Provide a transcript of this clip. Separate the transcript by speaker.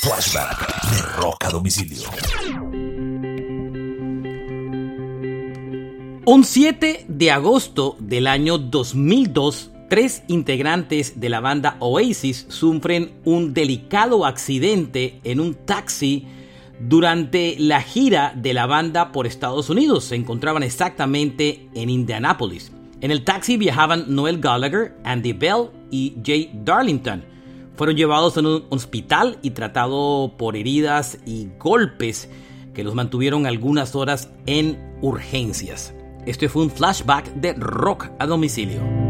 Speaker 1: Flashback de Rock a Domicilio.
Speaker 2: Un 7 de agosto del año 2002, tres integrantes de la banda Oasis sufren un delicado accidente en un taxi durante la gira de la banda por Estados Unidos. Se encontraban exactamente en Indianápolis. En el taxi viajaban Noel Gallagher, Andy Bell y Jay Darlington. Fueron llevados a un hospital y tratados por heridas y golpes que los mantuvieron algunas horas en urgencias. Este fue un flashback de rock a domicilio.